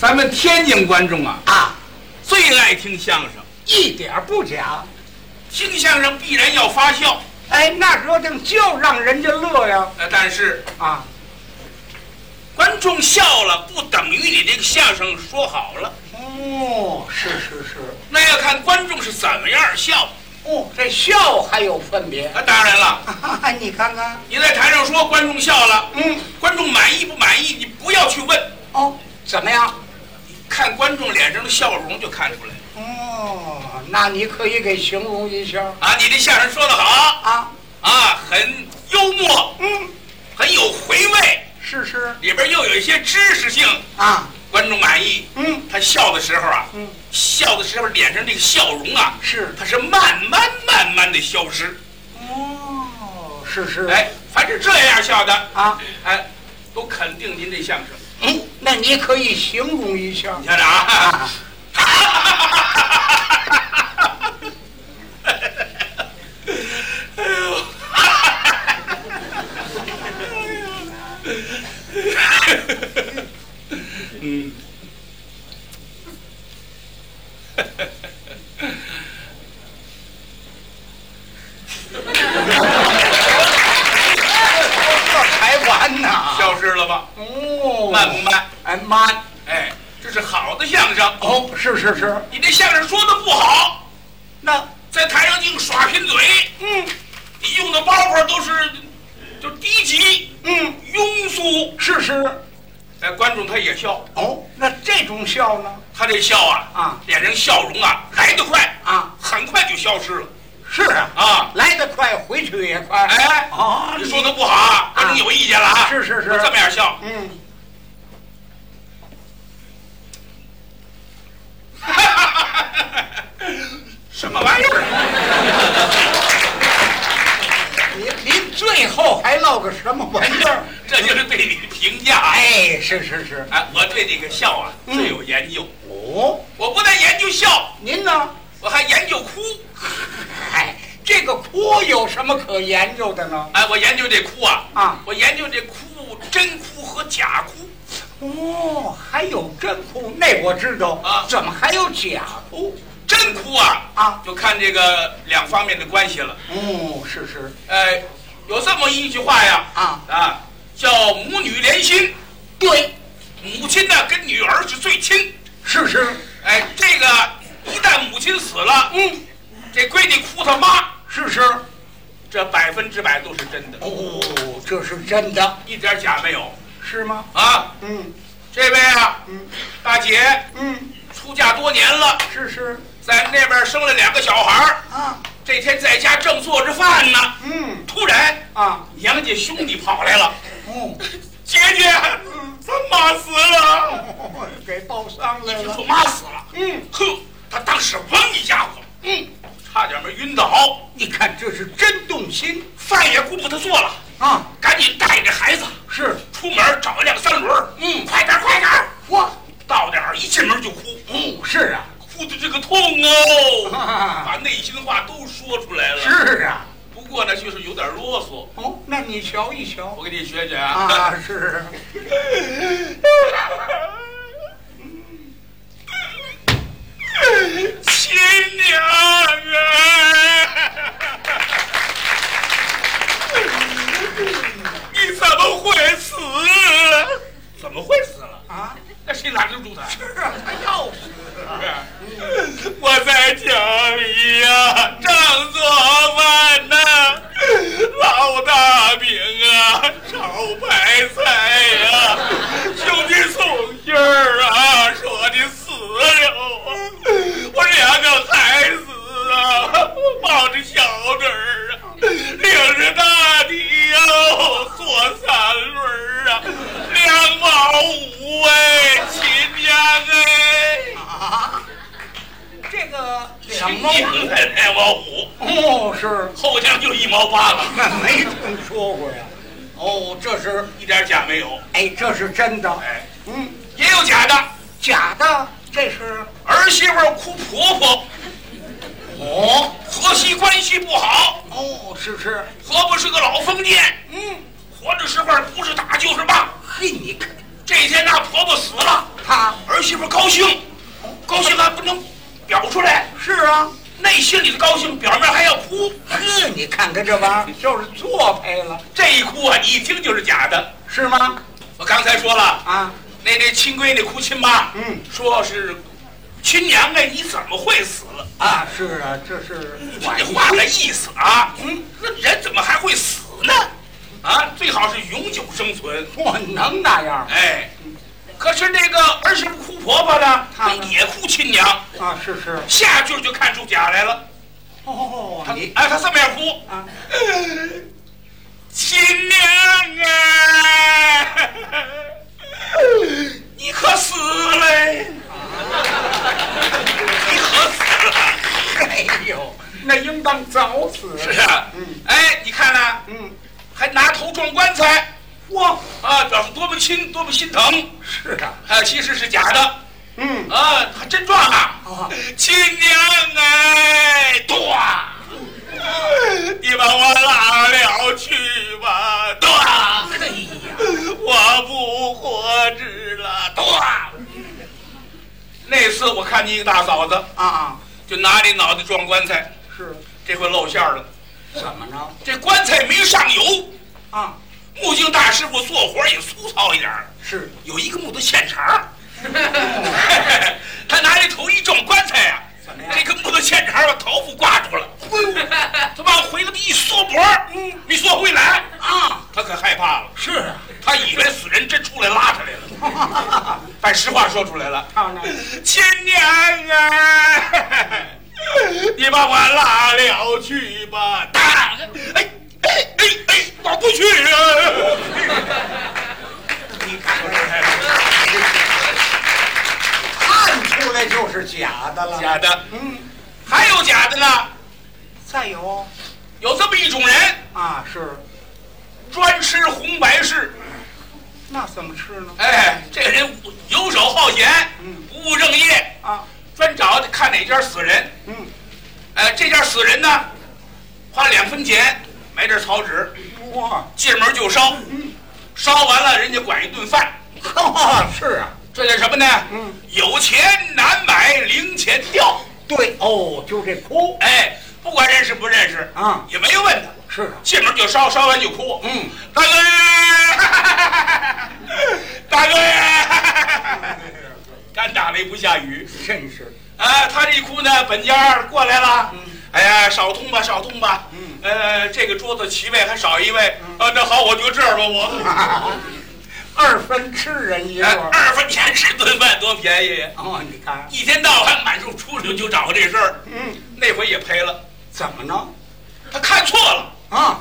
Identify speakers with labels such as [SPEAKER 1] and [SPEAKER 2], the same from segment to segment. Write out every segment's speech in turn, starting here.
[SPEAKER 1] 咱们天津观众啊，
[SPEAKER 2] 啊，
[SPEAKER 1] 最爱听相声，
[SPEAKER 2] 一点儿不假。
[SPEAKER 1] 听相声必然要发笑。
[SPEAKER 2] 哎，那热腾就让人家乐呀！
[SPEAKER 1] 呃，但是
[SPEAKER 2] 啊，
[SPEAKER 1] 观众笑了，不等于你这个相声说好了，
[SPEAKER 2] 哦，是是是，
[SPEAKER 1] 那要看观众是怎么样笑。
[SPEAKER 2] 哦，这笑还有分别。
[SPEAKER 1] 那当然了，
[SPEAKER 2] 哈哈，你看看，
[SPEAKER 1] 你在台上说观众笑了，
[SPEAKER 2] 嗯，
[SPEAKER 1] 观众满意不满意，你不要去问，
[SPEAKER 2] 哦，怎么样？
[SPEAKER 1] 看观众脸上的笑容就看出来了。
[SPEAKER 2] 哦，那你可以给形容一下
[SPEAKER 1] 啊，你这相声说得好
[SPEAKER 2] 啊。
[SPEAKER 1] 啊，很幽默，
[SPEAKER 2] 嗯，
[SPEAKER 1] 很有回味，
[SPEAKER 2] 是是
[SPEAKER 1] 里边又有一些知识性，
[SPEAKER 2] 啊，
[SPEAKER 1] 观众满意。
[SPEAKER 2] 嗯
[SPEAKER 1] 他笑的时候啊，
[SPEAKER 2] 嗯，
[SPEAKER 1] 笑的时候脸上这个笑容啊，
[SPEAKER 2] 是
[SPEAKER 1] 它是慢慢慢慢的消失。
[SPEAKER 2] 哦，是是哎
[SPEAKER 1] 哎，凡是这样笑的，
[SPEAKER 2] 啊，
[SPEAKER 1] 哎，都肯定您这相声。
[SPEAKER 2] 嗯，那你可以形容一下
[SPEAKER 1] 你看着啊，
[SPEAKER 2] 啊。
[SPEAKER 1] 嗯，
[SPEAKER 2] 这还完呢？
[SPEAKER 1] 消失了吧？
[SPEAKER 2] 哦，
[SPEAKER 1] 慢不慢？
[SPEAKER 2] 哎慢
[SPEAKER 1] 哎，这是好的相声。
[SPEAKER 2] 哦，是是是，
[SPEAKER 1] 你这相声说的不好，
[SPEAKER 2] 那
[SPEAKER 1] 在台上净耍贫嘴，
[SPEAKER 2] 嗯
[SPEAKER 1] 你用的包袱都是就低级
[SPEAKER 2] 嗯
[SPEAKER 1] 庸俗，
[SPEAKER 2] 是是
[SPEAKER 1] 哎，观众他也笑，
[SPEAKER 2] 哦，那这种笑呢？
[SPEAKER 1] 他这笑啊
[SPEAKER 2] 啊
[SPEAKER 1] 脸上笑容啊来得快
[SPEAKER 2] 啊，
[SPEAKER 1] 很快就消失了
[SPEAKER 2] 是啊，
[SPEAKER 1] 啊。
[SPEAKER 2] 来得快，回去也快。
[SPEAKER 1] 哎，
[SPEAKER 2] 啊，
[SPEAKER 1] 你说的不好啊，观众有意见了啊。
[SPEAKER 2] 是是是
[SPEAKER 1] 就这么样笑，
[SPEAKER 2] 嗯，
[SPEAKER 1] 什么玩意儿？
[SPEAKER 2] 您您最后还落个什么玩意儿？
[SPEAKER 1] 哎这就是对你的评价。哎，
[SPEAKER 2] 哎，是是是，
[SPEAKER 1] 哎，我对这个笑啊
[SPEAKER 2] 嗯
[SPEAKER 1] 最有研究，
[SPEAKER 2] 哦，
[SPEAKER 1] 我不但研究笑，
[SPEAKER 2] 您呢？
[SPEAKER 1] 我还研究哭。
[SPEAKER 2] 哎，这个哭有什么可研究的呢？
[SPEAKER 1] 哎，我研究这哭啊
[SPEAKER 2] 啊
[SPEAKER 1] 我研究这哭真哭和假哭。
[SPEAKER 2] 哦，还有真哭，那我知道
[SPEAKER 1] 啊
[SPEAKER 2] 怎么还有假哭？
[SPEAKER 1] 真哭哦啊
[SPEAKER 2] 啊
[SPEAKER 1] 就看这个两方面的关系了。
[SPEAKER 2] 哦，是是，
[SPEAKER 1] 哎，有这么一句话呀
[SPEAKER 2] 啊
[SPEAKER 1] 啊，叫母女连心，
[SPEAKER 2] 对，
[SPEAKER 1] 母亲呢跟女儿是最亲。
[SPEAKER 2] 是是，
[SPEAKER 1] 哎，这个一旦母亲死了，
[SPEAKER 2] 嗯，
[SPEAKER 1] 这闺女哭她妈，
[SPEAKER 2] 是是，
[SPEAKER 1] 这百分之百都是真的，
[SPEAKER 2] 哦，这是真的，
[SPEAKER 1] 一点假没有
[SPEAKER 2] 是吗？
[SPEAKER 1] 啊。
[SPEAKER 2] 嗯
[SPEAKER 1] 这位啊，
[SPEAKER 2] 嗯
[SPEAKER 1] 大姐
[SPEAKER 2] 嗯，
[SPEAKER 1] 出嫁多年了，
[SPEAKER 2] 是是
[SPEAKER 1] 在那边生了两个小孩儿，
[SPEAKER 2] 啊，
[SPEAKER 1] 这天在家正做着饭呢，
[SPEAKER 2] 嗯
[SPEAKER 1] 突然
[SPEAKER 2] 啊，
[SPEAKER 1] 娘家兄弟跑来了，
[SPEAKER 2] 哦，
[SPEAKER 1] 姐姐，咱妈死了，
[SPEAKER 2] 给报丧来
[SPEAKER 1] 听
[SPEAKER 2] 了
[SPEAKER 1] 说，妈死了，
[SPEAKER 2] 嗯
[SPEAKER 1] 哼，他当时嗡一下子，
[SPEAKER 2] 嗯，
[SPEAKER 1] 差点没晕倒，
[SPEAKER 2] 你看这是真动心
[SPEAKER 1] 饭也顾不得做了，
[SPEAKER 2] 啊，
[SPEAKER 1] 赶紧带着孩子
[SPEAKER 2] 是
[SPEAKER 1] 出门找一辆三轮儿，
[SPEAKER 2] 嗯
[SPEAKER 1] 快点儿快点儿，
[SPEAKER 2] 哇，
[SPEAKER 1] 到点儿一进门就哭，
[SPEAKER 2] 哦是啊，
[SPEAKER 1] 哭的这个痛哦，
[SPEAKER 2] 啊
[SPEAKER 1] 把内心的话都说出来了。
[SPEAKER 2] 是啊，
[SPEAKER 1] 不过呢，就是有点啰嗦。
[SPEAKER 2] 哦，那你瞧一瞧
[SPEAKER 1] 我给你学学啊，
[SPEAKER 2] 啊，是，
[SPEAKER 1] 亲娘啊！你怎么会死？怎么会死了？
[SPEAKER 2] 啊
[SPEAKER 1] 那谁拦得住他？
[SPEAKER 2] 是啊，他要死啊，
[SPEAKER 1] 我在家里呀、正做饭呢，烙大饼啊，炒白菜呀、兄弟送信儿啊，说你死了，啊我两个孩子啊，抱着小女儿啊，领着大弟哟、坐三轮儿啊，两毛五哎，亲娘哎。
[SPEAKER 2] 啊，这个两毛
[SPEAKER 1] 一人才两毛五，
[SPEAKER 2] 哦是，
[SPEAKER 1] 哎后天就一毛八了，
[SPEAKER 2] 那没听说过呀，哦这是，
[SPEAKER 1] 一点假没有。
[SPEAKER 2] 哎这是真的，
[SPEAKER 1] 哎，
[SPEAKER 2] 嗯，
[SPEAKER 1] 也有假的，
[SPEAKER 2] 假的，这是
[SPEAKER 1] 儿媳妇儿哭婆婆，
[SPEAKER 2] 哦
[SPEAKER 1] 婆媳关系不好，
[SPEAKER 2] 哦是是，
[SPEAKER 1] 婆婆是个老封建，
[SPEAKER 2] 嗯，
[SPEAKER 1] 活着时候不是打就是骂。
[SPEAKER 2] 嘿你看
[SPEAKER 1] 这一天那婆婆死了，
[SPEAKER 2] 他
[SPEAKER 1] 儿儿媳妇高兴，高兴还不能表出来，
[SPEAKER 2] 是啊，
[SPEAKER 1] 内心里的高兴，表面还要哭。
[SPEAKER 2] 呵，你看看这玩意儿 就是作配了，
[SPEAKER 1] 这一哭啊，一听就是假的。
[SPEAKER 2] 是吗？
[SPEAKER 1] 我刚才说了，
[SPEAKER 2] 啊，
[SPEAKER 1] 那那亲闺女哭亲妈，
[SPEAKER 2] 嗯
[SPEAKER 1] 说是亲娘哎，你怎么会死？
[SPEAKER 2] 啊，是啊，这是
[SPEAKER 1] 这话的意思啊，嗯，那人怎么还会死呢？啊，最好是永久生存。
[SPEAKER 2] 我能那样吗
[SPEAKER 1] 哎，可是那个儿媳妇哭婆婆呢，她
[SPEAKER 2] 她呢
[SPEAKER 1] 也哭亲娘，
[SPEAKER 2] 啊？是是，
[SPEAKER 1] 下句就看出假来了。
[SPEAKER 2] 哦，
[SPEAKER 1] 她
[SPEAKER 2] 你
[SPEAKER 1] 哎，她这么样哭，
[SPEAKER 2] 啊，
[SPEAKER 1] 亲娘啊， 你可死嘞！你可死了！
[SPEAKER 2] 哎呦，那应当早死。
[SPEAKER 1] 是啊，哎，你看呐、
[SPEAKER 2] 嗯，
[SPEAKER 1] 还拿头撞棺材
[SPEAKER 2] 哇，
[SPEAKER 1] 啊，表示多么心多么心疼。
[SPEAKER 2] 是啊，
[SPEAKER 1] 啊，其实是假的
[SPEAKER 2] 嗯，
[SPEAKER 1] 啊，还真撞了
[SPEAKER 2] 啊。
[SPEAKER 1] 亲娘哎，断，你把我拉了去吧，断。
[SPEAKER 2] 哎呀，
[SPEAKER 1] 我不活着了，断。那次我看见一个大嫂子，
[SPEAKER 2] 啊，
[SPEAKER 1] 就拿你脑袋撞棺材，
[SPEAKER 2] 是，
[SPEAKER 1] 这回露馅儿了。
[SPEAKER 2] 怎么着？
[SPEAKER 1] 这棺材没上油，
[SPEAKER 2] 啊，
[SPEAKER 1] 木匠大师傅做活也粗糙一点儿
[SPEAKER 2] 是，
[SPEAKER 1] 有一个木头线肠儿， 他拿这头一撞棺材呀、
[SPEAKER 2] 怎么
[SPEAKER 1] 啊
[SPEAKER 2] 样，
[SPEAKER 1] 这个木头线肠儿把头发挂住了，他往回头一缩脖儿，嗯没缩回来，
[SPEAKER 2] 啊，
[SPEAKER 1] 他可害怕了，
[SPEAKER 2] 是啊，
[SPEAKER 1] 他以为死人真出来拉他来了。把实话说出来了，
[SPEAKER 2] 看呢，
[SPEAKER 1] 亲娘啊，你把我拉了去吧，大，哎哎哎哎，我不去啊！
[SPEAKER 2] 你看看，看出来就是假的了。
[SPEAKER 1] 假的，
[SPEAKER 2] 嗯，
[SPEAKER 1] 还有假的呢，
[SPEAKER 2] 再有
[SPEAKER 1] 有这么一种人，
[SPEAKER 2] 啊，是，
[SPEAKER 1] 专吃红白事，
[SPEAKER 2] 那怎么吃呢？
[SPEAKER 1] 哎，这人游手好闲，
[SPEAKER 2] 嗯
[SPEAKER 1] 不务正业，
[SPEAKER 2] 啊，
[SPEAKER 1] 专找看哪家死人，
[SPEAKER 2] 嗯，
[SPEAKER 1] 哎，这家死人呢，花两分钱买点草纸，
[SPEAKER 2] 哇，
[SPEAKER 1] 进门就烧，
[SPEAKER 2] 嗯
[SPEAKER 1] 烧完了人家管一顿饭。
[SPEAKER 2] 哈，是啊，
[SPEAKER 1] 这叫什么呢？
[SPEAKER 2] 嗯，
[SPEAKER 1] 有钱难买零钱掉。
[SPEAKER 2] 对哦，就这哭，
[SPEAKER 1] 哎，不管认识不认识
[SPEAKER 2] 啊
[SPEAKER 1] 也没有问他，
[SPEAKER 2] 是啊，
[SPEAKER 1] 进门就烧，烧完就哭。
[SPEAKER 2] 嗯，
[SPEAKER 1] 大哥呀，大哥呀，干打雷不下雨。
[SPEAKER 2] 真是，
[SPEAKER 1] 啊，他这一哭呢，本家儿过来了。哎呀，少通吧，少通吧。
[SPEAKER 2] 嗯
[SPEAKER 1] 呃，这个桌子席位还少一位。啊，那好，我就这儿吧，我。
[SPEAKER 2] 二分吃人一
[SPEAKER 1] 哎
[SPEAKER 2] 伙。
[SPEAKER 1] 二分钱吃顿饭多便宜呀！
[SPEAKER 2] 哦，你看，
[SPEAKER 1] 一天到晚满处出溜就找这事儿，
[SPEAKER 2] 嗯，
[SPEAKER 1] 那回也赔了。
[SPEAKER 2] 怎么呢？
[SPEAKER 1] 他看错了，
[SPEAKER 2] 啊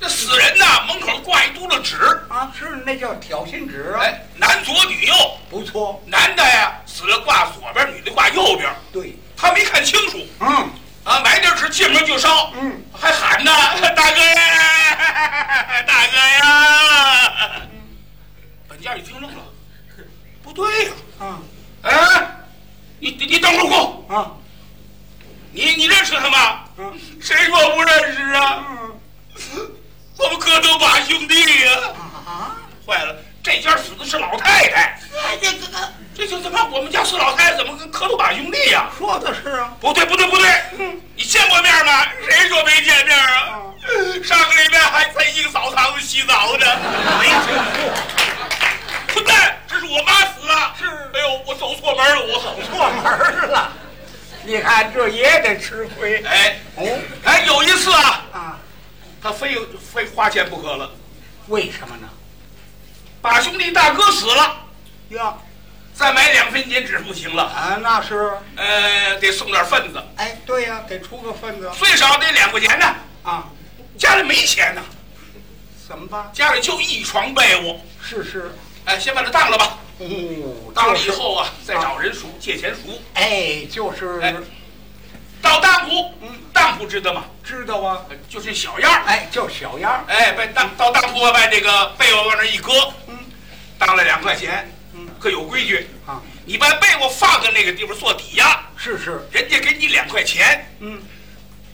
[SPEAKER 1] 那死人呐，门口挂一嘟噜纸，
[SPEAKER 2] 啊，是那叫挑衅纸啊，
[SPEAKER 1] 哎，男左女右，
[SPEAKER 2] 不错，
[SPEAKER 1] 男的呀死了挂左边，女的挂右边，
[SPEAKER 2] 对，
[SPEAKER 1] 他没看清楚
[SPEAKER 2] 嗯
[SPEAKER 1] 啊，买点纸进门就烧，
[SPEAKER 2] 嗯，
[SPEAKER 1] 还喊呢， 大哥呀， 大哥呀！本家一听愣了，不对呀、
[SPEAKER 2] 啊
[SPEAKER 1] 哎，你你你等会儿过，
[SPEAKER 2] 啊
[SPEAKER 1] 你你认识他吗？
[SPEAKER 2] 嗯
[SPEAKER 1] 谁说不认识啊？
[SPEAKER 2] 嗯
[SPEAKER 1] 我们哥都把兄弟呀、
[SPEAKER 2] 啊，
[SPEAKER 1] 坏了，这家死的是老太太，
[SPEAKER 2] 哎这这个
[SPEAKER 1] 这就他妈我们家死老太太，怎么跟磕头把兄弟呀、
[SPEAKER 2] 说的是啊，
[SPEAKER 1] 不对不对不对，你见过面吗？谁说没见面啊？上个礼拜还在一个澡堂子洗澡呢。没错，混蛋，这是我妈死了。是，哎呦，我走错门了，我走。
[SPEAKER 2] 破门儿了，你看这也得吃亏
[SPEAKER 1] 哎
[SPEAKER 2] 哦
[SPEAKER 1] 哎，有一次啊，
[SPEAKER 2] 啊？
[SPEAKER 1] 他非非花钱不可了，
[SPEAKER 2] 为什么呢？
[SPEAKER 1] 把兄弟大哥死了，
[SPEAKER 2] 呀
[SPEAKER 1] 再买两分钱纸不行了，
[SPEAKER 2] 啊，那是，
[SPEAKER 1] 呃，得送点份子，
[SPEAKER 2] 哎，对呀、得出个份子
[SPEAKER 1] 最少得两块钱呢。
[SPEAKER 2] 啊，
[SPEAKER 1] 家里没钱呢，
[SPEAKER 2] 怎么办？
[SPEAKER 1] 家里就一床被窝，
[SPEAKER 2] 试试。
[SPEAKER 1] 哎，先把它当了吧。
[SPEAKER 2] 哦，
[SPEAKER 1] 嗯当了
[SPEAKER 2] 就是
[SPEAKER 1] 以，后啊，再找人赎，借钱赎。
[SPEAKER 2] 哎，就是、
[SPEAKER 1] 哎到当铺，
[SPEAKER 2] 嗯
[SPEAKER 1] 当铺知道吗？
[SPEAKER 2] 知道啊，
[SPEAKER 1] 呃就这小样儿，
[SPEAKER 2] 哎，就小样儿，
[SPEAKER 1] 哎，把当到当铺把这个被窝往那儿一搁，
[SPEAKER 2] 嗯
[SPEAKER 1] 当了两块钱。
[SPEAKER 2] 嗯
[SPEAKER 1] 可有规矩，
[SPEAKER 2] 啊，
[SPEAKER 1] 你把被窝放在那个地方做抵押，
[SPEAKER 2] 试试，
[SPEAKER 1] 人家给你两块钱，
[SPEAKER 2] 嗯，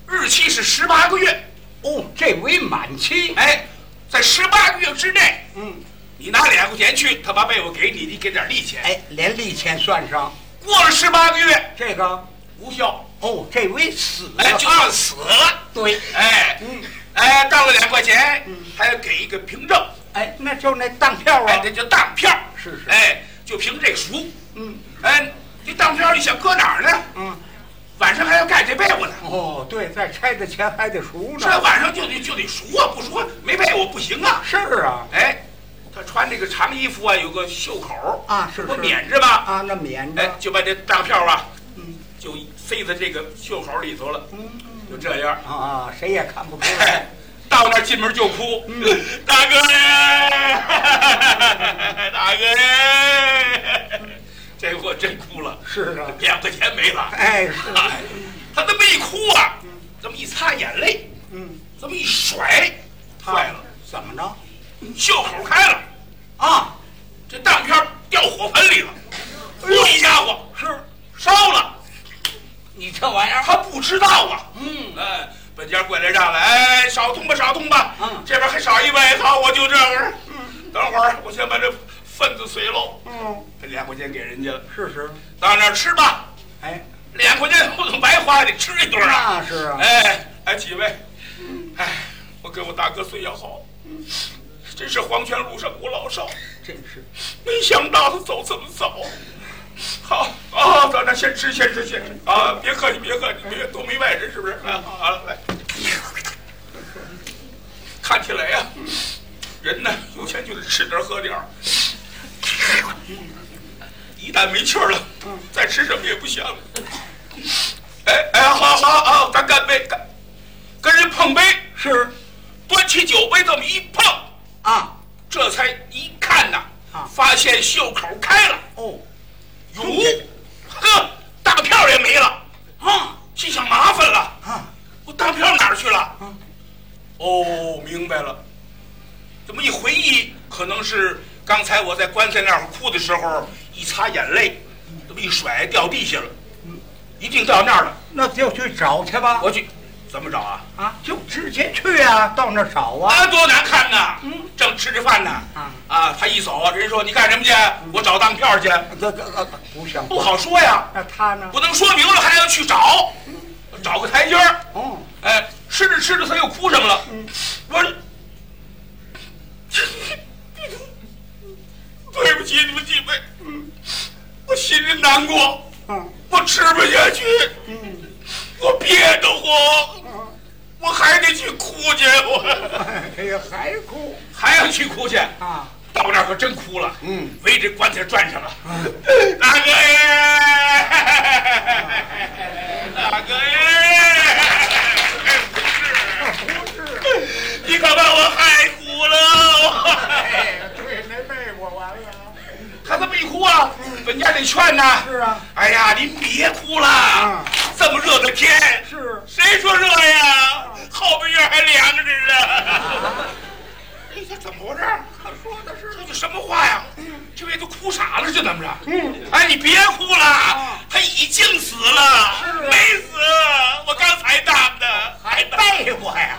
[SPEAKER 1] 日期是十八个月。
[SPEAKER 2] 哦，这为满期，
[SPEAKER 1] 哎，在十八个月之内，
[SPEAKER 2] 嗯，
[SPEAKER 1] 你拿两块钱去，他把被我给你，你给点利钱。
[SPEAKER 2] 哎，连利钱算上，
[SPEAKER 1] 过了十八个月
[SPEAKER 2] 这个
[SPEAKER 1] 无效，
[SPEAKER 2] 哦，这位死了，
[SPEAKER 1] 哎，就算死了。
[SPEAKER 2] 对，
[SPEAKER 1] 哎，
[SPEAKER 2] 嗯，
[SPEAKER 1] 哎，当了两块钱，还要给一个凭证，
[SPEAKER 2] 哎，那就那当票
[SPEAKER 1] 哎，
[SPEAKER 2] 啊
[SPEAKER 1] 这，叫当票。
[SPEAKER 2] 是是
[SPEAKER 1] 哎，就凭这赎。
[SPEAKER 2] 嗯
[SPEAKER 1] 哎，这当票你想搁哪儿呢？
[SPEAKER 2] 嗯，
[SPEAKER 1] 晚上还要盖这被窝呢。
[SPEAKER 2] 哦，对，再拆的钱还得赎呢，
[SPEAKER 1] 这晚上就得就得赎啊，不赎啊没被窝不行啊。
[SPEAKER 2] 是啊，
[SPEAKER 1] 哎，他穿这个长衣服啊，有个袖口
[SPEAKER 2] 啊是
[SPEAKER 1] 不
[SPEAKER 2] 是
[SPEAKER 1] 免着吗？
[SPEAKER 2] 啊，那免
[SPEAKER 1] 哎，
[SPEAKER 2] 着，
[SPEAKER 1] 就把这当票啊，
[SPEAKER 2] 嗯
[SPEAKER 1] 就塞在这个袖口里头了，
[SPEAKER 2] 嗯，
[SPEAKER 1] 就这样。
[SPEAKER 2] 啊，谁也看不出
[SPEAKER 1] 哎
[SPEAKER 2] 来，
[SPEAKER 1] 到那儿进门就哭，
[SPEAKER 2] 嗯
[SPEAKER 1] 大哥呀， 大哥呀，这我真哭了，
[SPEAKER 2] 是啊，
[SPEAKER 1] 两块钱没了。
[SPEAKER 2] 哎是，
[SPEAKER 1] 哎他这么一哭啊，这么一擦眼泪，
[SPEAKER 2] 嗯，
[SPEAKER 1] 这么一甩，坏了，
[SPEAKER 2] 怎么着？
[SPEAKER 1] 袖口开了，
[SPEAKER 2] 啊，
[SPEAKER 1] 这当片儿掉火盆里了，一家伙
[SPEAKER 2] 哎是，
[SPEAKER 1] 烧了，
[SPEAKER 2] 你这玩意儿，
[SPEAKER 1] 他不知道啊。
[SPEAKER 2] 嗯，
[SPEAKER 1] 哎，本家怪来账了，哎，少动吧，少动吧。
[SPEAKER 2] 嗯
[SPEAKER 1] 这边还少一位，好，我就这样儿。等会儿我先把这份子随喽。
[SPEAKER 2] 嗯，
[SPEAKER 1] 这两块钱给人家了，
[SPEAKER 2] 是是，
[SPEAKER 1] 到那儿吃吧。
[SPEAKER 2] 哎，
[SPEAKER 1] 两块钱我总白花，得吃一顿啊。
[SPEAKER 2] 那是啊，
[SPEAKER 1] 哎，哎，几位，哎，我跟我大哥孙要好，
[SPEAKER 2] 嗯
[SPEAKER 1] 真是黄泉路上无老少，
[SPEAKER 2] 真是，
[SPEAKER 1] 没想到他走这么早。好，好，咱那先吃，先吃，先吃啊！别客气，别客气，别多没外人是不是？哎，好好了，来。看起来呀、人呢有钱就得吃点儿喝点儿，一旦没气儿了，再吃什么也不香了。哎哎，好好好，咱干杯，干，跟人碰杯，
[SPEAKER 2] 是
[SPEAKER 1] 端起酒杯这么一碰，
[SPEAKER 2] 啊，
[SPEAKER 1] 这才一看呐
[SPEAKER 2] 啊，
[SPEAKER 1] 发现袖口开了，
[SPEAKER 2] 哦，
[SPEAKER 1] 哟，呵，大票也没了，
[SPEAKER 2] 啊
[SPEAKER 1] 心想麻烦了。
[SPEAKER 2] 啊，
[SPEAKER 1] 我大票哪儿去了？
[SPEAKER 2] 嗯
[SPEAKER 1] 哦，明白了。这么一回忆，可能是刚才我在棺材那儿哭的时候，一擦眼泪，
[SPEAKER 2] 嗯
[SPEAKER 1] 这么一甩掉地下了，一定掉那儿了。
[SPEAKER 2] 那就去找去吧，
[SPEAKER 1] 我去，怎么找啊？
[SPEAKER 2] 啊，就直接去啊，到那儿找啊，嗯
[SPEAKER 1] 啊，多难看呐！正吃着饭呢。
[SPEAKER 2] 啊嗯
[SPEAKER 1] 啊，他一走，人说你干什么去？我找当票去，
[SPEAKER 2] 啊这这这不像
[SPEAKER 1] 不好说呀，
[SPEAKER 2] 那他呢？
[SPEAKER 1] 不能说明了还要去找，找个台阶儿。
[SPEAKER 2] 哦，嗯
[SPEAKER 1] 哎，吃着吃着他又哭上了。我说， 对不起你们几位，我心里难过，
[SPEAKER 2] 嗯
[SPEAKER 1] 我吃不下去，
[SPEAKER 2] 嗯，
[SPEAKER 1] 我憋得慌，我还得去哭去，我
[SPEAKER 2] 哎呀，还哭
[SPEAKER 1] 还要去哭去。
[SPEAKER 2] 啊？
[SPEAKER 1] 到那儿可真哭了，
[SPEAKER 2] 嗯，啊
[SPEAKER 1] 围着棺材转上了。 大哥呀， 大哥呀，
[SPEAKER 2] 哎
[SPEAKER 1] 你可把我害苦了！
[SPEAKER 2] 哎，对，那被我完了。嗯
[SPEAKER 1] 他这么一哭啊，本家得劝呐。
[SPEAKER 2] 是啊，
[SPEAKER 1] 哎呀，您别哭了
[SPEAKER 2] 嗯，
[SPEAKER 1] 这么热的天，
[SPEAKER 2] 是啊
[SPEAKER 1] 谁说热呀？后边院还凉着呢。哎，这怎么回事？他说的是这句什么话呀？这位都哭傻了，这怎么着？嗯，啊哎，你别哭了，他已经死了，
[SPEAKER 2] 是啊
[SPEAKER 1] 没死，我刚才当的，还
[SPEAKER 2] 背我呀！